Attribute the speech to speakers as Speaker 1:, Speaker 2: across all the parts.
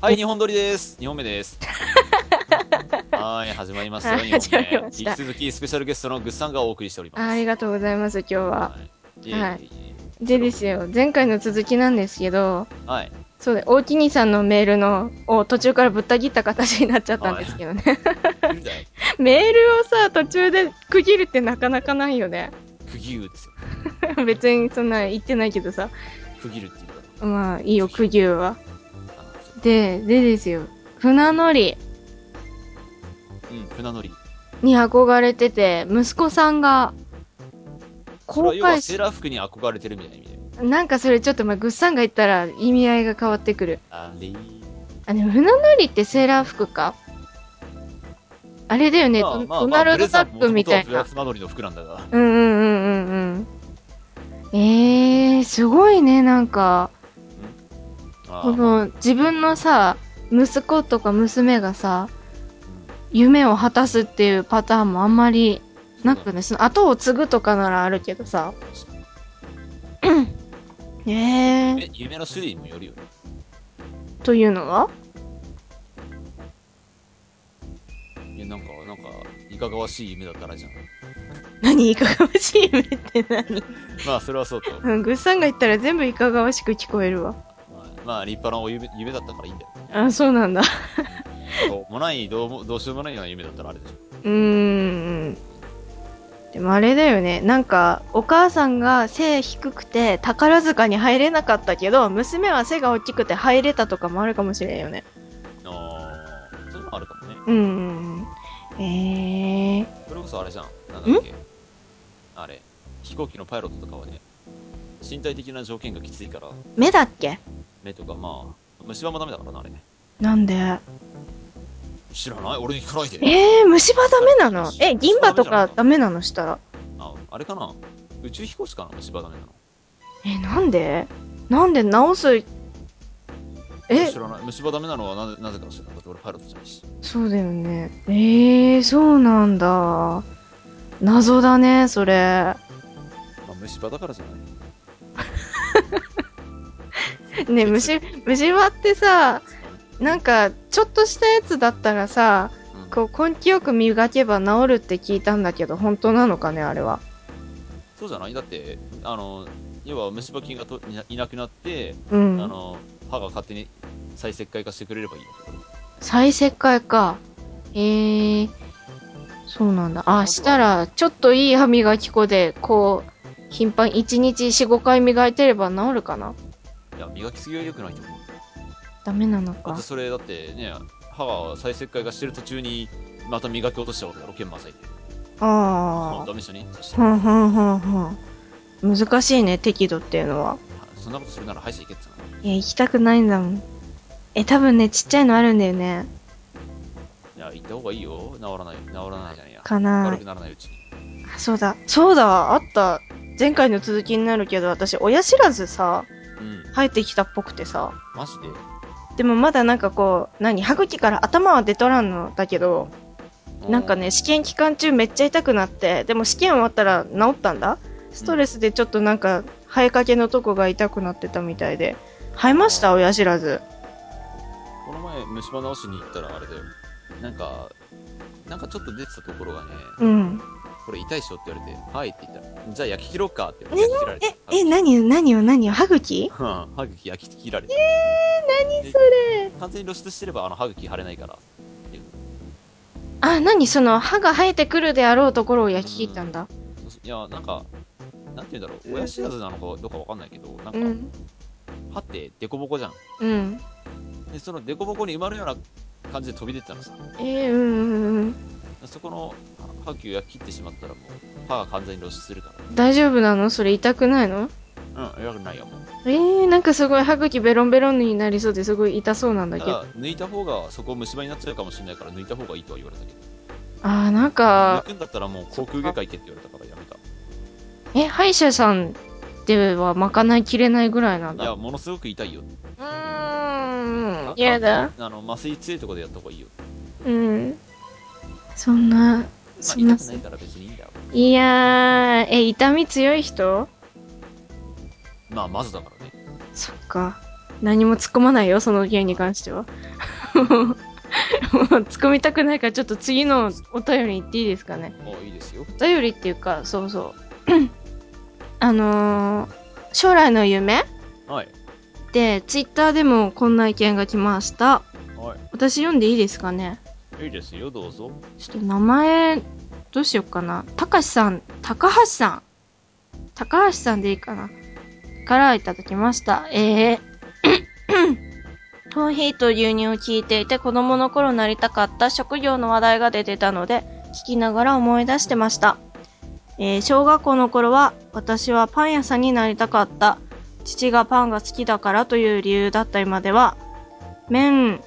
Speaker 1: はい、日本撮りです。2本目です。はーい、始まりましたよ、
Speaker 2: はい
Speaker 1: 2
Speaker 2: 始ま
Speaker 1: 本
Speaker 2: り
Speaker 1: 目。
Speaker 2: ま
Speaker 1: 引き
Speaker 2: した
Speaker 1: 続き、スペシャルゲストのグッさんがお送りしております。
Speaker 2: あありがとうございます、今日は。
Speaker 1: はい。
Speaker 2: はい
Speaker 1: いえいえいえ
Speaker 2: でですよ、前回の続きなんですけど、
Speaker 1: はい。
Speaker 2: そうだ、大木にさんのメールの、を途中からぶった切った形になっちゃったんですけどね。
Speaker 1: いいんだよ
Speaker 2: メールをさ、途中で区切るってなかなかないよね。
Speaker 1: 区切るですよ。
Speaker 2: 別にそんな言ってないけどさ。
Speaker 1: 区切るって言う
Speaker 2: まあ、いいよ、区切るは。
Speaker 1: から。あそ
Speaker 2: で、でですよ、船乗り
Speaker 1: ううん、船乗り。
Speaker 2: に憧れてて、息子さんが、
Speaker 1: それは
Speaker 2: 公
Speaker 1: 要は
Speaker 2: 開
Speaker 1: セ
Speaker 2: し
Speaker 1: ー、ラー服に憧れてるみたいな意味だよ。
Speaker 2: なんかそれちょっとまあ、ぐっさんが言ったら意味合いが変わってくる。
Speaker 1: あれー。
Speaker 2: あ、でも船乗りってセーラー服かあれだよね、
Speaker 1: まあ
Speaker 2: ド
Speaker 1: まあ
Speaker 2: ド
Speaker 1: まあ
Speaker 2: ナル
Speaker 1: ブレ
Speaker 2: ド・
Speaker 1: ザー
Speaker 2: ダッ
Speaker 1: も
Speaker 2: クみたい
Speaker 1: 元々は
Speaker 2: な
Speaker 1: 船乗りの服なんだが。
Speaker 2: うんうんうんうんうん。えー、すごいね、なんか、
Speaker 1: あ
Speaker 2: こ
Speaker 1: ー
Speaker 2: の自分のさ、息子とか娘がさ、
Speaker 1: うん
Speaker 2: 夢を果たすっていうパターンもあんまりなくね、その後を継ぐとかならあるけどさ。えー、
Speaker 1: え夢の種類にもよるよね。
Speaker 2: というのはい
Speaker 1: や、なんか、なんか、いかがわしい夢だったらじゃん。
Speaker 2: 何いかがわしい夢って何
Speaker 1: まあ、それはそうと。
Speaker 2: うん、ぐっさんが言ったら全部いかがわしく聞こえるわ。
Speaker 1: はいまあ、立派なお夢夢だったからいいんだよ。
Speaker 2: あ、そうなんだ。
Speaker 1: どうもない、どうも、どうしようもないような夢だったらあれでしょ。
Speaker 2: うーん。でもあれだよね。なんか、お母さんが背低くて宝塚に入れなかったけど、娘は背が大きくて入れたとかもあるかもしれんよね。
Speaker 1: ああ、そういうのもあるかもね。
Speaker 2: うんうんうん。えー。
Speaker 1: それこそあれじゃん。なんだっけ。あれ。飛行機のパイロットとかはね、身体的な条件がきついから、
Speaker 2: 目だっけ
Speaker 1: 目とかまあ、虫歯もダメだからな、あれね。
Speaker 2: なんで
Speaker 1: 知らない俺に聞かないで。
Speaker 2: えー、虫歯ダメなのえ、銀歯とかダメなのしたら。
Speaker 1: ああれかな宇宙飛行士かな虫歯ダメなの。
Speaker 2: え、なんでなんで治す、え
Speaker 1: 知、らない。虫歯ダメなのはなぜなぜかもしれない。だって俺パイロットじゃないし。
Speaker 2: そうだよね。えー、そうなんだ。謎だね、それ。
Speaker 1: まあ、虫歯だからじゃない。
Speaker 2: ね虫虫歯ってさなんかちょっとしたやつだったらさ
Speaker 1: うん
Speaker 2: こう根気よく磨けば治るって聞いたんだけど本当なのかねあれは
Speaker 1: そうじゃないだって、あの、要は虫歯菌がといないなくなって、
Speaker 2: う
Speaker 1: あ
Speaker 2: ん
Speaker 1: の、歯が勝手に再石灰化してくれればいいよ。
Speaker 2: 再石灰かえー、そうなんだあしたらちょっといい歯磨き粉でこう頻繁1日45回磨いてれば治るかない
Speaker 1: や、磨きすぎは良くないと思う。
Speaker 2: ダメなの
Speaker 1: だっ
Speaker 2: か
Speaker 1: てそれだってね、歯は再石灰化してる途中に、また磨き落としちゃうわけだろ、研磨剤で。ま
Speaker 2: あ
Speaker 1: あダメでしょね。そして
Speaker 2: あはんはんはんはん難しいね適度っていうのは
Speaker 1: そんなことするなら歯医者行けって言うの
Speaker 2: いや行きたくないんだもんえ多分ねちっちゃいのあるんだよね
Speaker 1: いや、行った方がいいよ。治らない、治らないじゃないや。
Speaker 2: かな
Speaker 1: 悪くならないうちに。
Speaker 2: あそうだ。そうだ、あった。前回の続きになるけど、私、親知らずさ、
Speaker 1: うん。
Speaker 2: 生えてきたっぽくてさ。
Speaker 1: マジで。
Speaker 2: でもまだなんかこう、何、歯茎から頭は出とらんのだけど、なんかね、試験期間中めっちゃ痛くなって、でも試験終わったら治ったんだ。ストレスでちょっとなんか、生えかけのとこが痛くなってたみたいで。生えました、親知らず。
Speaker 1: この前、虫歯治しに行ったらあれだよ。なんか、なんかちょっと出てたところがね、
Speaker 2: うん。
Speaker 1: これ痛いっしょって言われて、はいって言ったら、じゃあ焼き切ろうかって言われて、焼き切られて。
Speaker 2: え、何、何を、何を、歯茎
Speaker 1: うん歯茎焼き切られて。何
Speaker 2: それ。
Speaker 1: 完全に露出してれば、あの、歯茎腫れないから。っていう
Speaker 2: あ、何、その、歯が生えてくるであろうところを焼き切ったんだ。
Speaker 1: そうそういや、なんか、なんて言うんだろう、親知らずなのかどうかわかんないけど、なんか
Speaker 2: う、ん。
Speaker 1: 歯ってデコボコじゃん。
Speaker 2: うん。
Speaker 1: で、そのデコボコに埋まるような感じで飛び出てたのさ。
Speaker 2: えー、うんうんうん。
Speaker 1: そこの歯茎を焼き切ってしまったら、もう、歯が完全に露出するか
Speaker 2: 大丈夫なのそれ痛くないの
Speaker 1: ら。うん、弱くないよ、もう。
Speaker 2: えー、なんかすごい歯茎ベロンベロンになりそうですごい痛そうなんだ
Speaker 1: た
Speaker 2: けど。
Speaker 1: だ、抜いた方が、そこ虫歯になっちゃうかもしれないから、抜いた方がいいとは言われたけど。
Speaker 2: あー、なん
Speaker 1: 抜
Speaker 2: か、
Speaker 1: くんだったらもう、口腔外科行けって言われたからやめた。
Speaker 2: え、歯医者さんではまかないきれないぐらいなん
Speaker 1: い
Speaker 2: だ。
Speaker 1: や、
Speaker 2: う
Speaker 1: ものすごく痛いよ。
Speaker 2: ーん、嫌だ。
Speaker 1: あの、麻酔強いとこでやった方がいいよ。
Speaker 2: うん。そんな、
Speaker 1: ま
Speaker 2: そ
Speaker 1: あ、
Speaker 2: んな
Speaker 1: 痛く、ないから別にいいんだよ。
Speaker 2: いやー、え、痛み強い人
Speaker 1: まあ、まずだからね。
Speaker 2: そっか。何も突っ込まないよ、その件に関しては。 もう突っ込みたくないから、ちょっと次のお便り行っていいですかね。
Speaker 1: あいいですよ。
Speaker 2: お便りっていうか、そうそう。 あのー将来の夢
Speaker 1: はい。
Speaker 2: で、ツイッターでもこんな意見が来ました。
Speaker 1: は
Speaker 2: 私読んでいいですかね
Speaker 1: い。いいですよ、どうぞ。
Speaker 2: ちょっと名前、どうしようかな。たかしさん、高橋さん。高橋さんでいいかな。からいただきました。えー。 コーヒーと牛乳を聞いていて子供の頃なりたかった職業の話題が出てたので聞きながら思い出してました、えー小学校の頃は私はパン屋さんになりたかった父がパンが好きだからという理由だった今では麺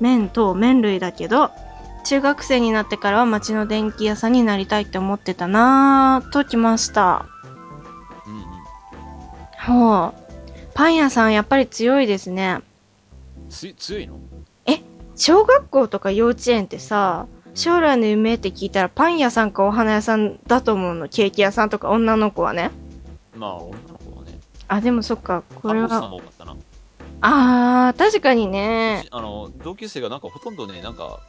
Speaker 2: 麺と麺類だけど中学生になってからは町の電気屋さんになりたいって思ってたなぁときました。
Speaker 1: うんうん。
Speaker 2: ほう。パン屋さんやっぱり強いですね。
Speaker 1: つ強いの
Speaker 2: 小学校とか幼稚園ってさ、将来の夢って聞いたらパン屋さんかお花屋さんだと思うの。ケーキ屋さんとか女の子はね。
Speaker 1: まあ、女の子はね。
Speaker 2: あ、でもそっか、これ
Speaker 1: 看護師さん
Speaker 2: は。
Speaker 1: も多かったな。
Speaker 2: あー、確かにね。
Speaker 1: あの、同級生がなんかほとんどね、なんか、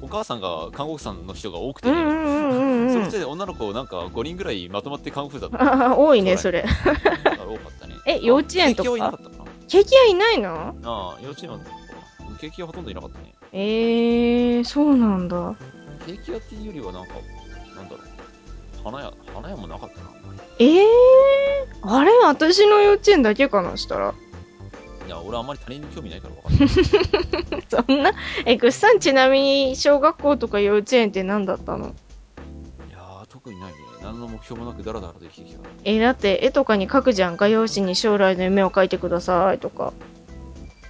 Speaker 1: お母さんが看護婦さんの人が多くて
Speaker 2: うん
Speaker 1: ね、
Speaker 2: うんうんう
Speaker 1: そ
Speaker 2: ん
Speaker 1: の
Speaker 2: うん
Speaker 1: 時。点で女の子なんか5人ぐらいまとまって看護婦だった
Speaker 2: あー、 多いね、そ
Speaker 1: 将
Speaker 2: れ。
Speaker 1: だから多かったね
Speaker 2: 。え幼稚園とか
Speaker 1: あ景気はいなかったかな。
Speaker 2: ケーキ屋いないの
Speaker 1: ああ、幼稚園はどこかな景気はほとんどいなかったね。
Speaker 2: えー、そうなんだ。
Speaker 1: 景気屋っていうよりはなんか、なんだろう。花屋、花屋もなかったな。
Speaker 2: えー、あれ私の幼稚園だけかなしたら。
Speaker 1: いや、俺あんまり他人に興味ないから分かんない。
Speaker 2: そんな、え、ぐっさんちなみに小学校とか幼稚園って何だったの
Speaker 1: いやー、特にないね。何の目標もなくダラダラと生きてきたから。
Speaker 2: え、だって絵とかに書くじゃん。画用紙に将来の夢を書いてくださいとか。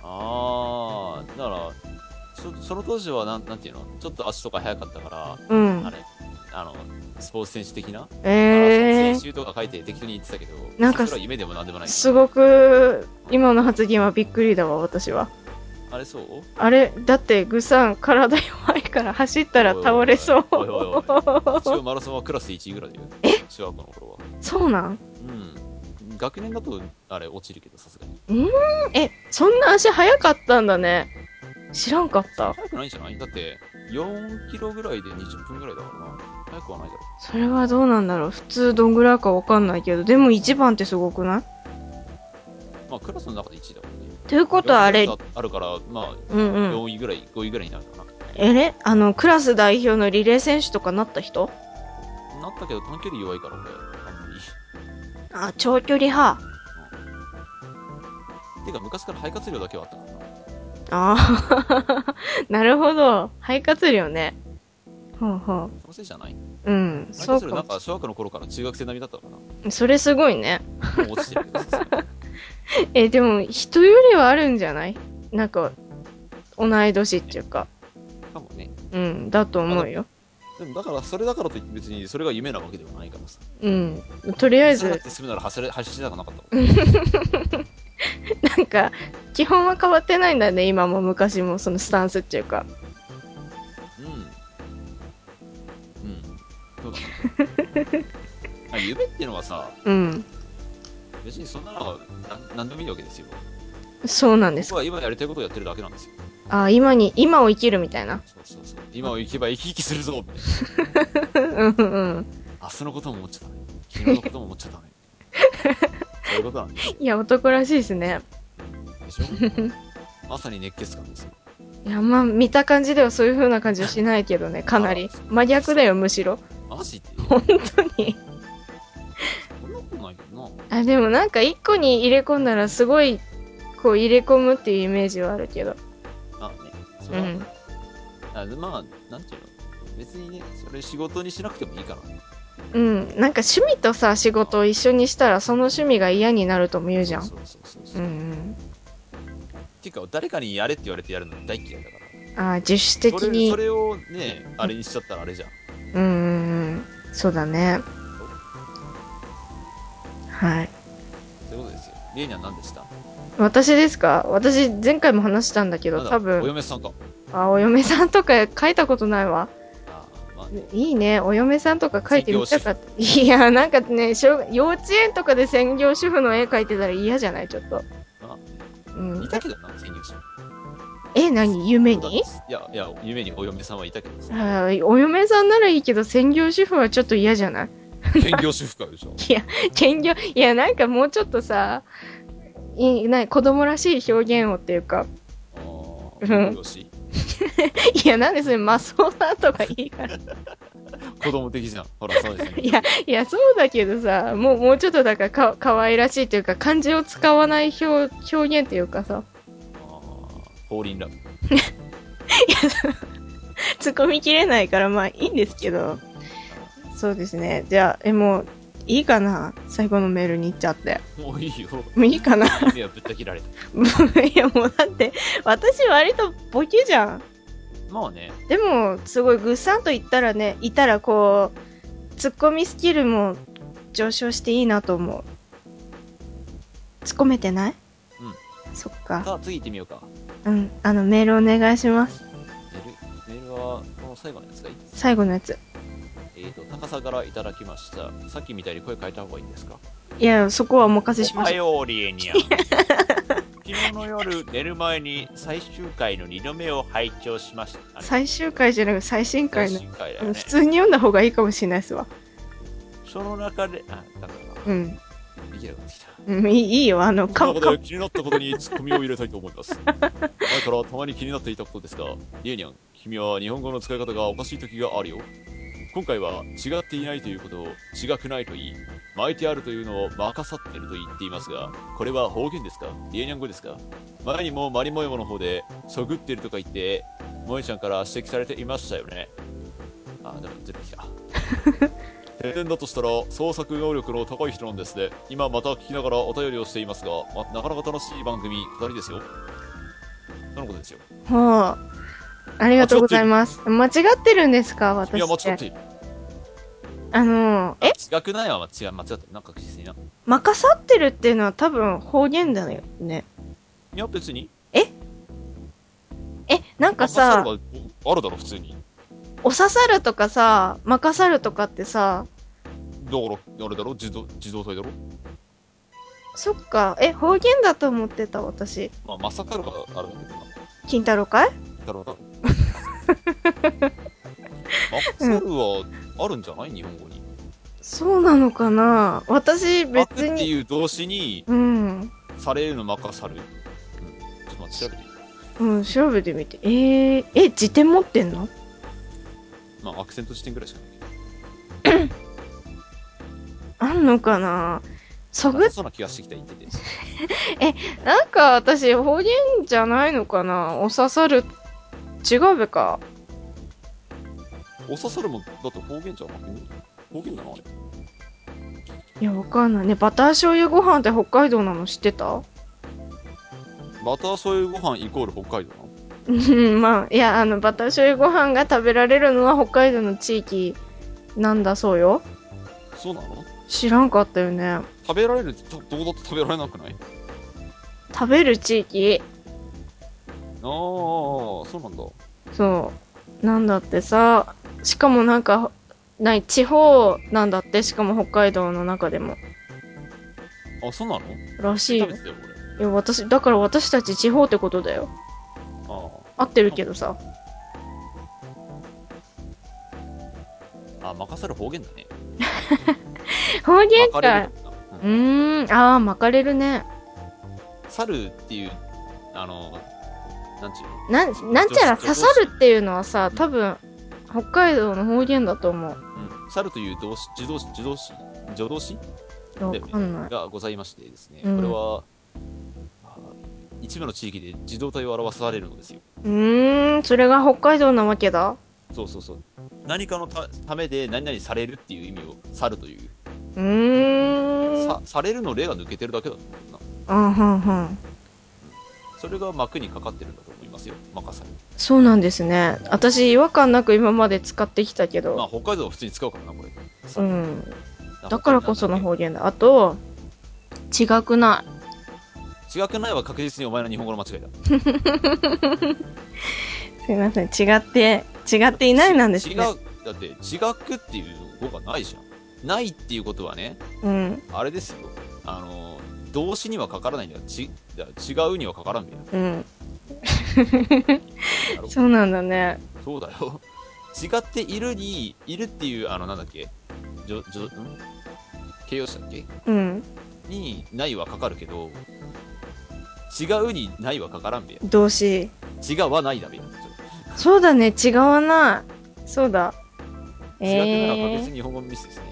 Speaker 1: あー、だから、ちょっとその当時はなん、なんていうのちょっと足とか速かったから、
Speaker 2: う
Speaker 1: あ
Speaker 2: ん。
Speaker 1: れ、あの、スポーツ選手的な、
Speaker 2: え
Speaker 1: 選手とか書いて適当に言ってたけど、
Speaker 2: なんか
Speaker 1: それは夢でもなんでもな
Speaker 2: ー、
Speaker 1: い。
Speaker 2: すごく、今の発言はびっくりだわ、私は。
Speaker 1: あれ そう
Speaker 2: あれ、だってぐっさん体弱いから走ったら倒れそう。
Speaker 1: おいおいおい一応マラソンはクラス1位ぐらいだよ。小学校の頃は。
Speaker 2: そうなん
Speaker 1: うん。学年だと、あれ、落ちるけど、さすがに。
Speaker 2: え、そんな足速かったんだね。知らんかった。
Speaker 1: 早くないんじゃないだって、4キロぐらいで20分ぐらいだからな。早くはないだろ。
Speaker 2: それはどうなんだろう。普通どんぐらいかわかんないけど、でも一番ってすごくないう
Speaker 1: まあ、クラスの中で1位だもんね。
Speaker 2: ということはあれ、
Speaker 1: 4あるから、ま
Speaker 2: うんう
Speaker 1: あ、
Speaker 2: ん。
Speaker 1: 4位ぐらい、5位ぐらいになるかな。
Speaker 2: えれあの、クラス代表のリレー選手とかなった人
Speaker 1: なったけど、短距離弱いから、俺、あんまり。
Speaker 2: あ、長距離派。
Speaker 1: てか、昔から肺活量だけはあったからな。
Speaker 2: ああ、 なるほど。肺活量ね。ほうほ。
Speaker 1: そのせいじゃないう
Speaker 2: うん、
Speaker 1: 肺
Speaker 2: そう
Speaker 1: 活量な
Speaker 2: か
Speaker 1: ん。か、小学校の頃から中学生並みだった からな。
Speaker 2: それすごいね。
Speaker 1: もう落ちてるけど、さすがに
Speaker 2: え、でも、人よりはあるんじゃないなんか、同い年っていうか。
Speaker 1: かもね。
Speaker 2: うん、だと思うよ。
Speaker 1: でもだから、それだからといって別にそれが夢なわけではないからさ。
Speaker 2: うん。とりあえ
Speaker 1: それだっ
Speaker 2: ず、
Speaker 1: て進むなら走れ走りたくなかったもん。
Speaker 2: なんか、基本は変わってないんだね。今も昔も、そのスタンスっていうか。
Speaker 1: うん。うん。そうだね。 あ夢っていうのはさ、
Speaker 2: うん。
Speaker 1: 別にそんなのはなんなんでもいいわけですよ。
Speaker 2: そうなんです
Speaker 1: 僕。は今やりたいことをやってるだけなんですよ。
Speaker 2: あー今に、今を生きるみたいな。
Speaker 1: そうそうそう。今を生きば生き生きするぞみたいな。
Speaker 2: うんうんうん。
Speaker 1: 明日のことも思っちゃダメ。昨日のことも思っちゃ ダメ。そういうことなんですよ。
Speaker 2: いや、男らしいですね。
Speaker 1: でしょまさに熱血感ですよ。
Speaker 2: いや、まあ、見た感じではそういう風な感じはしないけどね、かなり
Speaker 1: あ。
Speaker 2: 真逆だよ、むしろ。
Speaker 1: マジで
Speaker 2: 本当に。
Speaker 1: こんなことないけどな。
Speaker 2: あ、でもなんか一個に入れ込んだらすごい、こう入れ込むっていうイメージはあるけど。
Speaker 1: まあね。そうれは
Speaker 2: ん。
Speaker 1: あでまあ、なんていうの別にね、それ仕事にしなくてもいいから。
Speaker 2: うん。なんか趣味とさ、仕事を一緒にしたら、その趣味が嫌になるとも言うじゃん。
Speaker 1: そうそうそうそうう。っ
Speaker 2: ん
Speaker 1: ていうか、誰かにやれって言われてやるの大嫌いだから。
Speaker 2: うん。あー、自主的
Speaker 1: それ
Speaker 2: に
Speaker 1: そ。れをね、あれにしちゃったらあれじゃん。
Speaker 2: うんうんうん。そうだね。はい。
Speaker 1: そういうことですよ。レイニャン何でした
Speaker 2: 私ですか私、前回も話したんだけ
Speaker 1: なん
Speaker 2: ど、
Speaker 1: だ
Speaker 2: 多
Speaker 1: お
Speaker 2: 分、
Speaker 1: 嫁さんか。
Speaker 2: あ、お嫁さんとか 書いたことないわ。
Speaker 1: あーまあね、
Speaker 2: いいね、お嫁さんとか書いてみたかった。いや、なんかね、小幼稚園とかで専業主婦の絵描いてたら嫌じゃない、ちょっと。
Speaker 1: まあ、
Speaker 2: うん
Speaker 1: い、たけどな、潜入者。
Speaker 2: え、何夢に
Speaker 1: いや、いや、夢にお嫁さんはいたけどさ。
Speaker 2: あーお嫁さんならいいけど、専業主婦はちょっと嫌じゃない
Speaker 1: 兼業主婦かでしょ。
Speaker 2: 兼業、いや、なんかもうちょっとさ、いない子供らしい表現をっていうか、
Speaker 1: あ
Speaker 2: う
Speaker 1: あ、
Speaker 2: ん
Speaker 1: 兼業し。
Speaker 2: いや、なんでそれ、マスオさんとかいいから。
Speaker 1: 子供的じゃん。ほら、そうですね。
Speaker 2: いや、いや、そうだけどさ、もう、もうちょっとだからか、可愛らしいというか、漢字を使わない表、表現というか
Speaker 1: あ
Speaker 2: さ、
Speaker 1: あ、ホーリンラブ。
Speaker 2: 突っ込みきれないから、まあいいんですけど、そうですね。じゃあ、え、もう、いいかな最後のメールに行っちゃって。
Speaker 1: もういいよ。
Speaker 2: もういいかな
Speaker 1: 夢はぶった切られた。
Speaker 2: いや、もうだって、私割とボケじゃん。
Speaker 1: まあね、
Speaker 2: でも、すごいぐっさんと言ったらね、いたらこう、ツッコミスキルも上昇していいなと思う。突っ込めてない
Speaker 1: うん
Speaker 2: そっか。
Speaker 1: さあ次行ってみようか。
Speaker 2: うん。あの、メールお願いします。
Speaker 1: メール、メールは、この最後のやつがいい
Speaker 2: 最後のやつ。
Speaker 1: えーと、高さからいただきました。さっきみたいに声変えた方がいいんですか
Speaker 2: いや、そこはお任せしましょう。
Speaker 1: おはよう、リエ ニャン。昨日の夜、寝る前に最終回の2度目を拝聴しました。
Speaker 2: 最終回じゃなく最新回の
Speaker 1: 最。終回だ
Speaker 2: あ
Speaker 1: よ
Speaker 2: の
Speaker 1: ね
Speaker 2: 普。通に読んだ方がいいかもしれないですわ。
Speaker 1: その中で、あ、だか
Speaker 2: うん。
Speaker 1: ら、いけなくなってきた。
Speaker 2: うん、いいいいよ。あの、か
Speaker 1: この中
Speaker 2: か
Speaker 1: で気になったことにツッコミを入れたいと思い ます。前からたまに気になっていたことですが、リエニャン、君は日本語の使い方がおかしい時があるよ。今回は違っていないということを違くないと言い、巻いてあるというのを任さってると言っていますが、これは方言ですかリエニャン語ですか前にもマリモエモの方で、そぐってるとか言って、モエちゃんから指摘されていましたよね。あ、でも出てきた。停電だとしたら創作能力の高い人なんですね今また聞きながらお便りをしていますが、まなかなか楽しい番組2人ですよそのことですよ
Speaker 2: ほう。ありがとうございます。間違ってるんですか私
Speaker 1: いや間違っている
Speaker 2: あの、え
Speaker 1: 違くないわ間違い間違ってるなんか不思議な
Speaker 2: 任さってるっていうのは多分方言だよね。
Speaker 1: いや別に
Speaker 2: え、なんか
Speaker 1: あ
Speaker 2: さ、
Speaker 1: 刺さるはあるだろ普通に
Speaker 2: お刺さるとかさ、任さるとかってさ、
Speaker 1: だからあれだろ自動自動体だろ
Speaker 2: そっか、え、方言だと思ってた私。
Speaker 1: まあまさかるがあるんだけどな
Speaker 2: 金太郎かい
Speaker 1: だろう なマッサルはあるんじゃない日本語に
Speaker 2: そうなのかな私
Speaker 1: 別
Speaker 2: 別
Speaker 1: って
Speaker 2: に、
Speaker 1: いう動詞に
Speaker 2: うん、
Speaker 1: されるの任さる、うん、ちょっと待って調べてみる
Speaker 2: うん、調べてみて。えー、え、辞典持ってんの
Speaker 1: まあ、アクセント視点ぐらいしかないけど。
Speaker 2: あんのかなそぐ
Speaker 1: な、そうな気がしてきた、言ってて。
Speaker 2: なんか私方言じゃないのかなお刺さる、違うべか。
Speaker 1: おささるも、だって方言じゃなくて、方言なのあれ。
Speaker 2: いや、わかんないね。バター醤油ご飯って北海道なの知ってた
Speaker 1: バター醤油ご飯イコール北海道なの
Speaker 2: うんまあ、いや、あの、バター醤油ご飯が食べられるのは北海道の地域なんだそうよ。
Speaker 1: そうなの
Speaker 2: 知らんかったよね。
Speaker 1: 食べられるってたどうだって食べられなくないあ
Speaker 2: 食べる地域、
Speaker 1: あ、そうなんだ。
Speaker 2: そう、なんだってさ、しかもなんか、ない、地方なんだって、しかも北海道の中でも。
Speaker 1: あ、そうなの
Speaker 2: らしいよ
Speaker 1: 食べ。てたよ、
Speaker 2: いや、私、だから私たち地方ってことだよ。
Speaker 1: 俺。
Speaker 2: 合ってるけどさ。
Speaker 1: ああ。あ、任せる方言だね。
Speaker 2: 方言
Speaker 1: 巻かれ
Speaker 2: か
Speaker 1: る。だもんな
Speaker 2: うーん、ああ、巻かれるね。
Speaker 1: うん。猿っていう、あの、なんちゅうの
Speaker 2: なん、なんちゃら刺さるっていうのはさ、多分、北海道の方言だと思う。
Speaker 1: うん。猿という動詞、自動詞、自動詞、助動詞
Speaker 2: わかんない。
Speaker 1: がございましてですね、
Speaker 2: うん
Speaker 1: これはあ一部の地域で自動体を表されるのですよ。
Speaker 2: うーん、それが北海道なわけだ。
Speaker 1: そうそうそう。何かのたためで何々されるっていう意味を去るという。
Speaker 2: うーん。
Speaker 1: さされるの例が抜けてるだけだと思うな。
Speaker 2: あはんはん。
Speaker 1: それが幕にかかってるんだと思いますよ。任される。
Speaker 2: そうなんですね。私、違和感なく今まで使ってきたけ
Speaker 1: まあ
Speaker 2: ど。
Speaker 1: 北海道は普通に使うからな、これ。さ
Speaker 2: うん。だからこその方言だ。あと、違くな
Speaker 1: 違くないは確実にお前の日本語の間違いだ。
Speaker 2: い。すいません。違って、違っていないなんです
Speaker 1: 違う。
Speaker 2: ね。
Speaker 1: だって、違くっていう語がないじゃん。ないっていうことはね、
Speaker 2: うん。
Speaker 1: あれですよ。あの、動詞にはかからないんだよ。ち、だ違うにはかからんべよ。
Speaker 2: うん。
Speaker 1: だろ
Speaker 2: そうなんだね。
Speaker 1: そうだよ。 違っているに、いるっていう、あの、なんだっけじょ、じょ、ん形容詞だっけ
Speaker 2: うん。
Speaker 1: に、ないはかかるけど、違うにないはかからんべよ。
Speaker 2: 動詞。
Speaker 1: 違うはないだべよ。
Speaker 2: そうだね、違わない。そうだ。
Speaker 1: 違ってなら確
Speaker 2: え
Speaker 1: 実
Speaker 2: ー、
Speaker 1: に日本語のミスですね。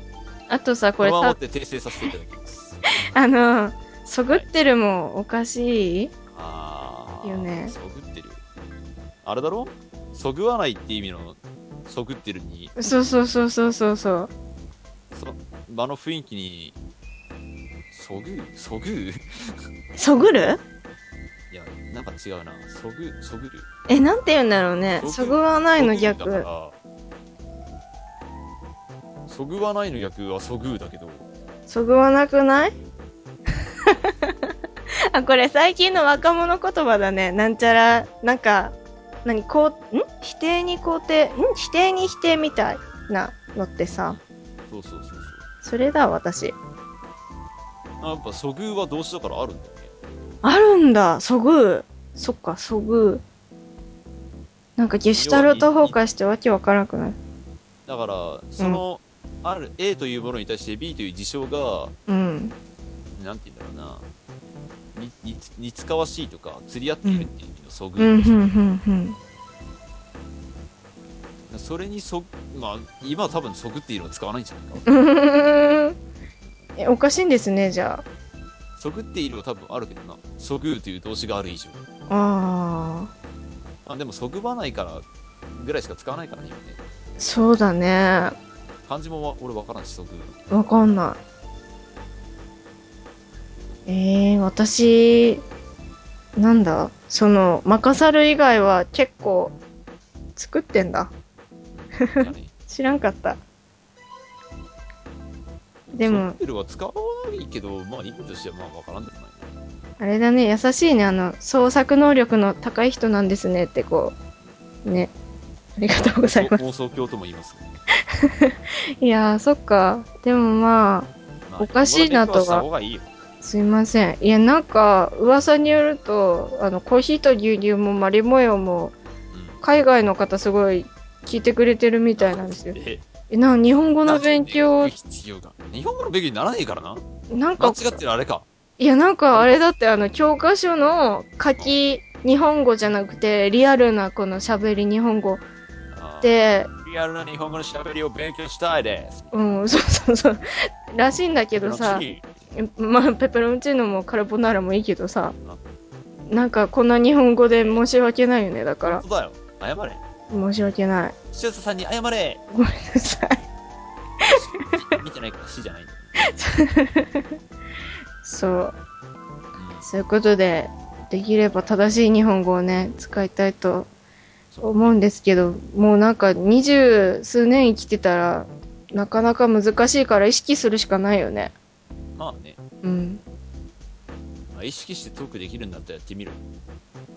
Speaker 2: あとさ、
Speaker 1: こ
Speaker 2: こ
Speaker 1: れ
Speaker 2: れ
Speaker 1: は持
Speaker 2: さ
Speaker 1: っ、て訂正させていただき ます。
Speaker 2: あの、そぐってるもおかしい
Speaker 1: あー
Speaker 2: いいよね
Speaker 1: そぐってる。あれだろそぐわないって意味の、そぐってるに、
Speaker 2: そうそうそうそうそうそう。
Speaker 1: その場の雰囲気に、そぐそぐい
Speaker 2: そぐる
Speaker 1: や、なんか違うな。そぐ、そぐる。
Speaker 2: え、なんて言うんだろうね。そ
Speaker 1: そぐ
Speaker 2: ぐわないの
Speaker 1: そぐるだ
Speaker 2: 逆。
Speaker 1: からそぐわないの逆はそぐうだけど、
Speaker 2: そぐわなくない あ、これ最近の若者言葉だね。なんちゃら、なんか、何、こう、ん否定に肯定、ん否定に否定みたいなのってさ、
Speaker 1: そうそうそうそう。
Speaker 2: それだ、私。
Speaker 1: あやっぱそぐうは動詞だからあるんだよね。
Speaker 2: あるんだ、そぐう。そっか、そぐう。なんかゲシュタルト崩壊してわけわからなくなる。
Speaker 1: だから、その、ある A というものに対して B という事象が、
Speaker 2: うん。
Speaker 1: なんて言うんだろうな、に、に、似つかわしいとか、釣り合っているっていう意味のそぐ
Speaker 2: う、
Speaker 1: うんん
Speaker 2: ふん、ふん、ふん。
Speaker 1: それにそ、まあ、今は多分そぐっているの使わないんじゃないか。
Speaker 2: うーん。 え、おかしいんですね、じゃ
Speaker 1: そぐっているは多分あるけどな。そぐうという動詞がある以上。
Speaker 2: あ。ああ。
Speaker 1: あ、でもそぐわないから、ぐらいしか使わないからね、今ね。
Speaker 2: そうだね。
Speaker 1: 漢字もわ俺わからんし、そぐう。
Speaker 2: わかんない。えー、私、なんだその、任さる以外は結構、作ってんだ。
Speaker 1: うんだね
Speaker 2: 知らんかった。で
Speaker 1: そ
Speaker 2: も
Speaker 1: ぐ、ってるは使わないけど、まあ、意味としてはまあ、わからんでもないな。
Speaker 2: あれだね、優しいね、あの、創作能力の高い人なんですねって、こう、ね。ありがとうございます。
Speaker 1: 妄想狂とも言いますが、
Speaker 2: いやー、そっか。でもまあ、
Speaker 1: まあ
Speaker 2: おかしいなとは
Speaker 1: 日本語の勉強した方がいいよ
Speaker 2: すいません。いや、なんか、噂によると、あの、コーヒーと牛乳もマリモヨも、
Speaker 1: うん
Speaker 2: 海外の方すごい聞いてくれてるみたいなんですよ。
Speaker 1: え
Speaker 2: え、な、日本語の勉
Speaker 1: なん
Speaker 2: 強
Speaker 1: で、必要が日本語の勉強にならないからな。
Speaker 2: なん
Speaker 1: 間
Speaker 2: か、
Speaker 1: 違ってるあれか。
Speaker 2: いや、なんかあれだって、あの、教科書の書き、日本語じゃなくて、リアルなこの喋り日本語
Speaker 1: あー
Speaker 2: で、
Speaker 1: リアルな日本語の喋りを勉強したいです。
Speaker 2: うん、そうそうそう、らしいんだけどさ、
Speaker 1: 楽しい
Speaker 2: まあ、ペペロンチーノもカルボナーラもいいけどさ、なんかこんな日本語で申し訳ないよね、だから
Speaker 1: 本。当だよ。謝れ。
Speaker 2: 申し訳ない。
Speaker 1: シュートさんに謝れ。
Speaker 2: ごめんなさい。
Speaker 1: 見てないから死じゃないんだよ。
Speaker 2: そう。
Speaker 1: うん
Speaker 2: そういうことで、できれば正しい日本語をね、使いたいと思うんですけど、もうなんか二十数年生きてたら、なかなか難しいから意識するしかないよね。
Speaker 1: まあね、
Speaker 2: うん。
Speaker 1: まあ意識してトークできるんだったらやってみる。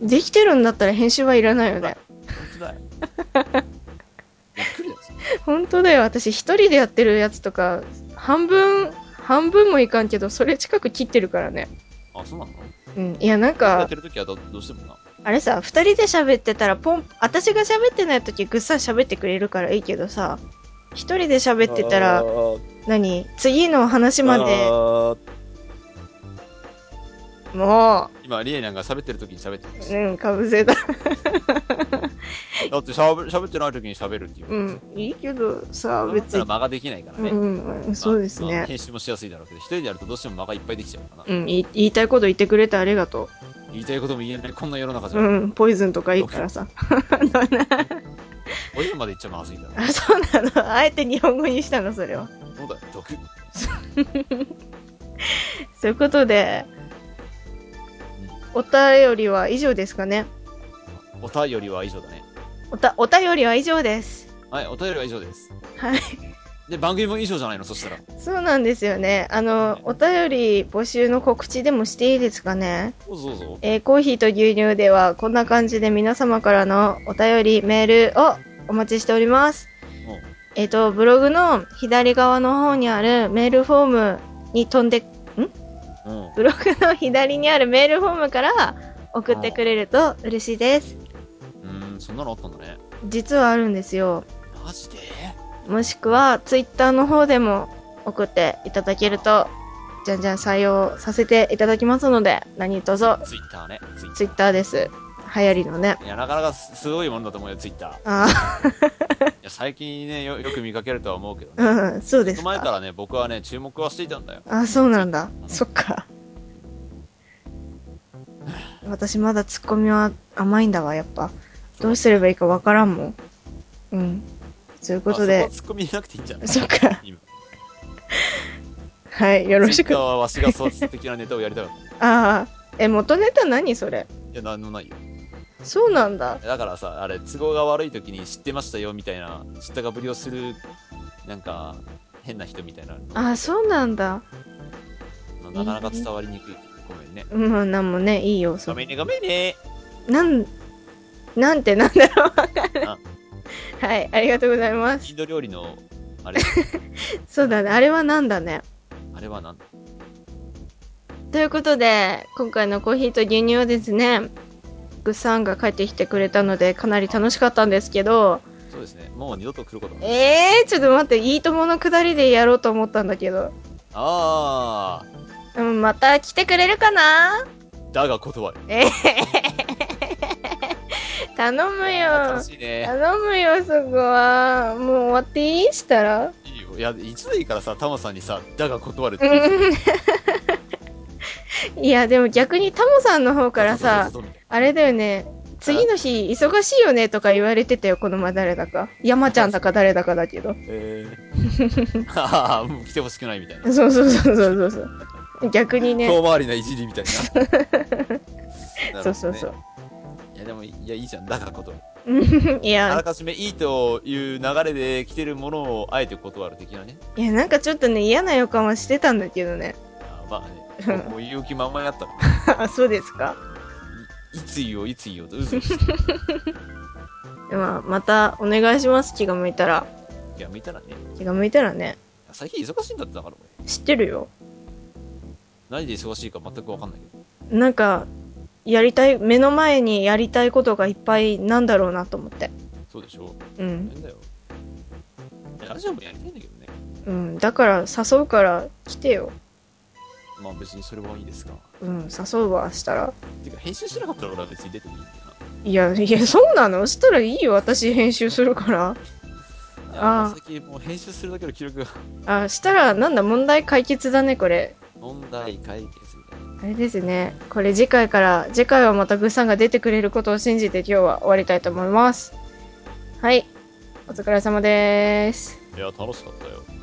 Speaker 2: できてるんだったら編集はいらないよね。
Speaker 1: 本当だ よ。びっくりだよ。
Speaker 2: 本当だよ。私一人でやってるやつとか、半分、半分もいかんけど、それ近く切ってるからね。
Speaker 1: あ、そうなの
Speaker 2: うん。いや、なん
Speaker 1: やっ
Speaker 2: か
Speaker 1: て、る時はどどうしてもな。
Speaker 2: あれさ、二人で喋ってたらポン、私が喋ってない時ぐっさん喋ってくれるからいいけどさ、一人で喋ってたら、何次の話まで、も
Speaker 1: 今、リエニャンが喋ってる時に喋ってるんです
Speaker 2: う、うん、かぶせだ。
Speaker 1: だって喋喋ってない時に喋るっていう。
Speaker 2: うん、いいけどさ、
Speaker 1: 喋っ
Speaker 2: 別
Speaker 1: たら
Speaker 2: に。
Speaker 1: 間ができないから
Speaker 2: う
Speaker 1: ね。
Speaker 2: ん、うんそうです
Speaker 1: まあ
Speaker 2: ね。
Speaker 1: 編集もしやすいだろうけど、一人でやるとどうしても間がいっぱいできちゃうからな。
Speaker 2: うん、い言いたいこと言ってくれてありがと
Speaker 1: 言いたいことも言えない、こんな世の中じ
Speaker 2: う。
Speaker 1: ゃ。
Speaker 2: うん、ポイズンとかいいからさ。
Speaker 1: お湯まで行っちゃまずいだろ。
Speaker 2: あ、そうなの。あえて日本語にしたの、それは。
Speaker 1: そうだよ、毒。
Speaker 2: そういうことで、お便りは以上ですかね。
Speaker 1: お便りは以上だね。
Speaker 2: おた、お便りは以上です。
Speaker 1: はい、お便りは以上です。
Speaker 2: はい。
Speaker 1: で、番組も以上じゃないの、そしたら。
Speaker 2: そうなんですよね。あの、お便り募集の告知でもしていいですかね。
Speaker 1: そうそうそう。
Speaker 2: えーコーヒーと牛乳ではこんな感じで皆様からのお便り、メールをお待ちしております。
Speaker 1: もう
Speaker 2: えっ、と、ブログの左側の方にあるメールフォームに飛んで、ん
Speaker 1: うん。
Speaker 2: ブログの左にあるメールフォームから送ってくれると嬉しいです。
Speaker 1: うーん、そんなのあったんだね。
Speaker 2: 実はあるんですよ。
Speaker 1: マジで
Speaker 2: もしくは、ツイッターの方でも送っていただけると、じゃんじゃん採用させていただきますので、何卒、
Speaker 1: ツイッターね。ツイッタ
Speaker 2: ツイッターです。流行りのね。
Speaker 1: ー。いや、なかなかすすごいものだと思うよ、ツイッター。い
Speaker 2: あ
Speaker 1: や、最近ねよ、よく見かけるとは思うけどね。
Speaker 2: あ、うん、そうです
Speaker 1: 前か
Speaker 2: か。
Speaker 1: らね、僕はね、注目はしていたんだよ。
Speaker 2: あ、そうなんだ。そっか。私まだツッコミは甘いんだわ、やっぱ。どうすればいいかわからんもん。うん。そういうこと
Speaker 1: まあ
Speaker 2: で
Speaker 1: そこは、ツッコミなくていいんじゃない
Speaker 2: そっか。
Speaker 1: 今。
Speaker 2: はい、よろし
Speaker 1: ツイッ
Speaker 2: く。
Speaker 1: ター
Speaker 2: あ
Speaker 1: はわしが創出的なネタをやりたかった。い
Speaker 2: あー。え、元ネタ何それ
Speaker 1: や、なんのないよ。
Speaker 2: そうなんだ。
Speaker 1: だからさ、あれ、都合が悪い時に知ってましたよ、みたいな、知ったかぶりをする、なんか、変な人みたいなの
Speaker 2: ああ、そうなんだ。
Speaker 1: なかなか伝わりにくい。ごめんね。
Speaker 2: うん、なんもね、いいよ。そ
Speaker 1: ご
Speaker 2: う
Speaker 1: めんね、ごめんね。
Speaker 2: なん、なんてなんだろう、わかん
Speaker 1: あ
Speaker 2: ない。はい、ありがとうございます。
Speaker 1: インド料理の、あれ、
Speaker 2: そうだね、あれはなんだね。
Speaker 1: あれはなんだ
Speaker 2: ということで、今回のコーヒーと牛乳はですね、グッサンが帰ってきてくれたので、かなり楽しかったんですけど、
Speaker 1: そうですね。もう二度と来ることはない。
Speaker 2: えー、ちょっと待って、いいとものくだりでやろうと思ったんだけど、
Speaker 1: あ
Speaker 2: うん、また来てくれるかな
Speaker 1: ー、だが断る。
Speaker 2: えへへへへ頼む
Speaker 1: あー
Speaker 2: よ
Speaker 1: 楽。しいね。
Speaker 2: 頼むよ、そこは。もう終わっていいしたら
Speaker 1: いいよ。いや、いつでいいからさ、タマさんにさ、だが断るって言う
Speaker 2: うんいや、でも逆にタモさんの方からさ、
Speaker 1: そうそうそうそうみたい
Speaker 2: あれだよね、次の日忙しいよねとか言われてたよ、この前誰だか。山ちゃんだか誰だかだけど。
Speaker 1: なえー、あーもう来てほしくないみたいな。
Speaker 2: そうそうそうそうそうそう。逆にね。
Speaker 1: 遠回りないじりみたいな。なるほどね
Speaker 2: そうそうそう。
Speaker 1: いや、でも、いや、いいじゃん。だが断る。
Speaker 2: うん い
Speaker 1: あら
Speaker 2: や、
Speaker 1: かじめいいという流れで来てるものをあえて断る的なね。
Speaker 2: いや、なんかちょっとね、嫌な予感はしてたんだけどね。
Speaker 1: あーまあね、僕も言う気満々やったから
Speaker 2: あ、そうですか。
Speaker 1: いいつ言おう、いつ言おうと、うずうず。い
Speaker 2: まあ、またお願いします、気が向いたら。
Speaker 1: や、見たらね、
Speaker 2: 気が向いたらね。
Speaker 1: 最近忙しいんだってだから、俺。
Speaker 2: 知ってるよ。
Speaker 1: 何で忙しいか全くわかんないけど。
Speaker 2: なんか、やりたい、目の前にやりたいことがいっぱいなんだろうなと思って。
Speaker 1: そうでしょ
Speaker 2: うん
Speaker 1: 大。変だよ。いやラジオもやりたいんだけどね。
Speaker 2: うん、だから誘うから来てよ。
Speaker 1: まあ別にそれはいいですが。
Speaker 2: うん、誘うわ、したら。
Speaker 1: てか、編集しなかったら俺は別に出てもいいんだよ
Speaker 2: いや、いや、そうなのしたらいいよ、私編集するから。
Speaker 1: な。い
Speaker 2: あー
Speaker 1: や最近もう編集するだけの記録が。
Speaker 2: あ、したら、なんだ、問題解決だね、これ。
Speaker 1: 問題解決みたいな。
Speaker 2: あれですね。これ次回から、次回はまたグッさんが出てくれることを信じて今日は終わりたいと思います。はい。お疲れ様です。
Speaker 1: いや、楽しかったよ。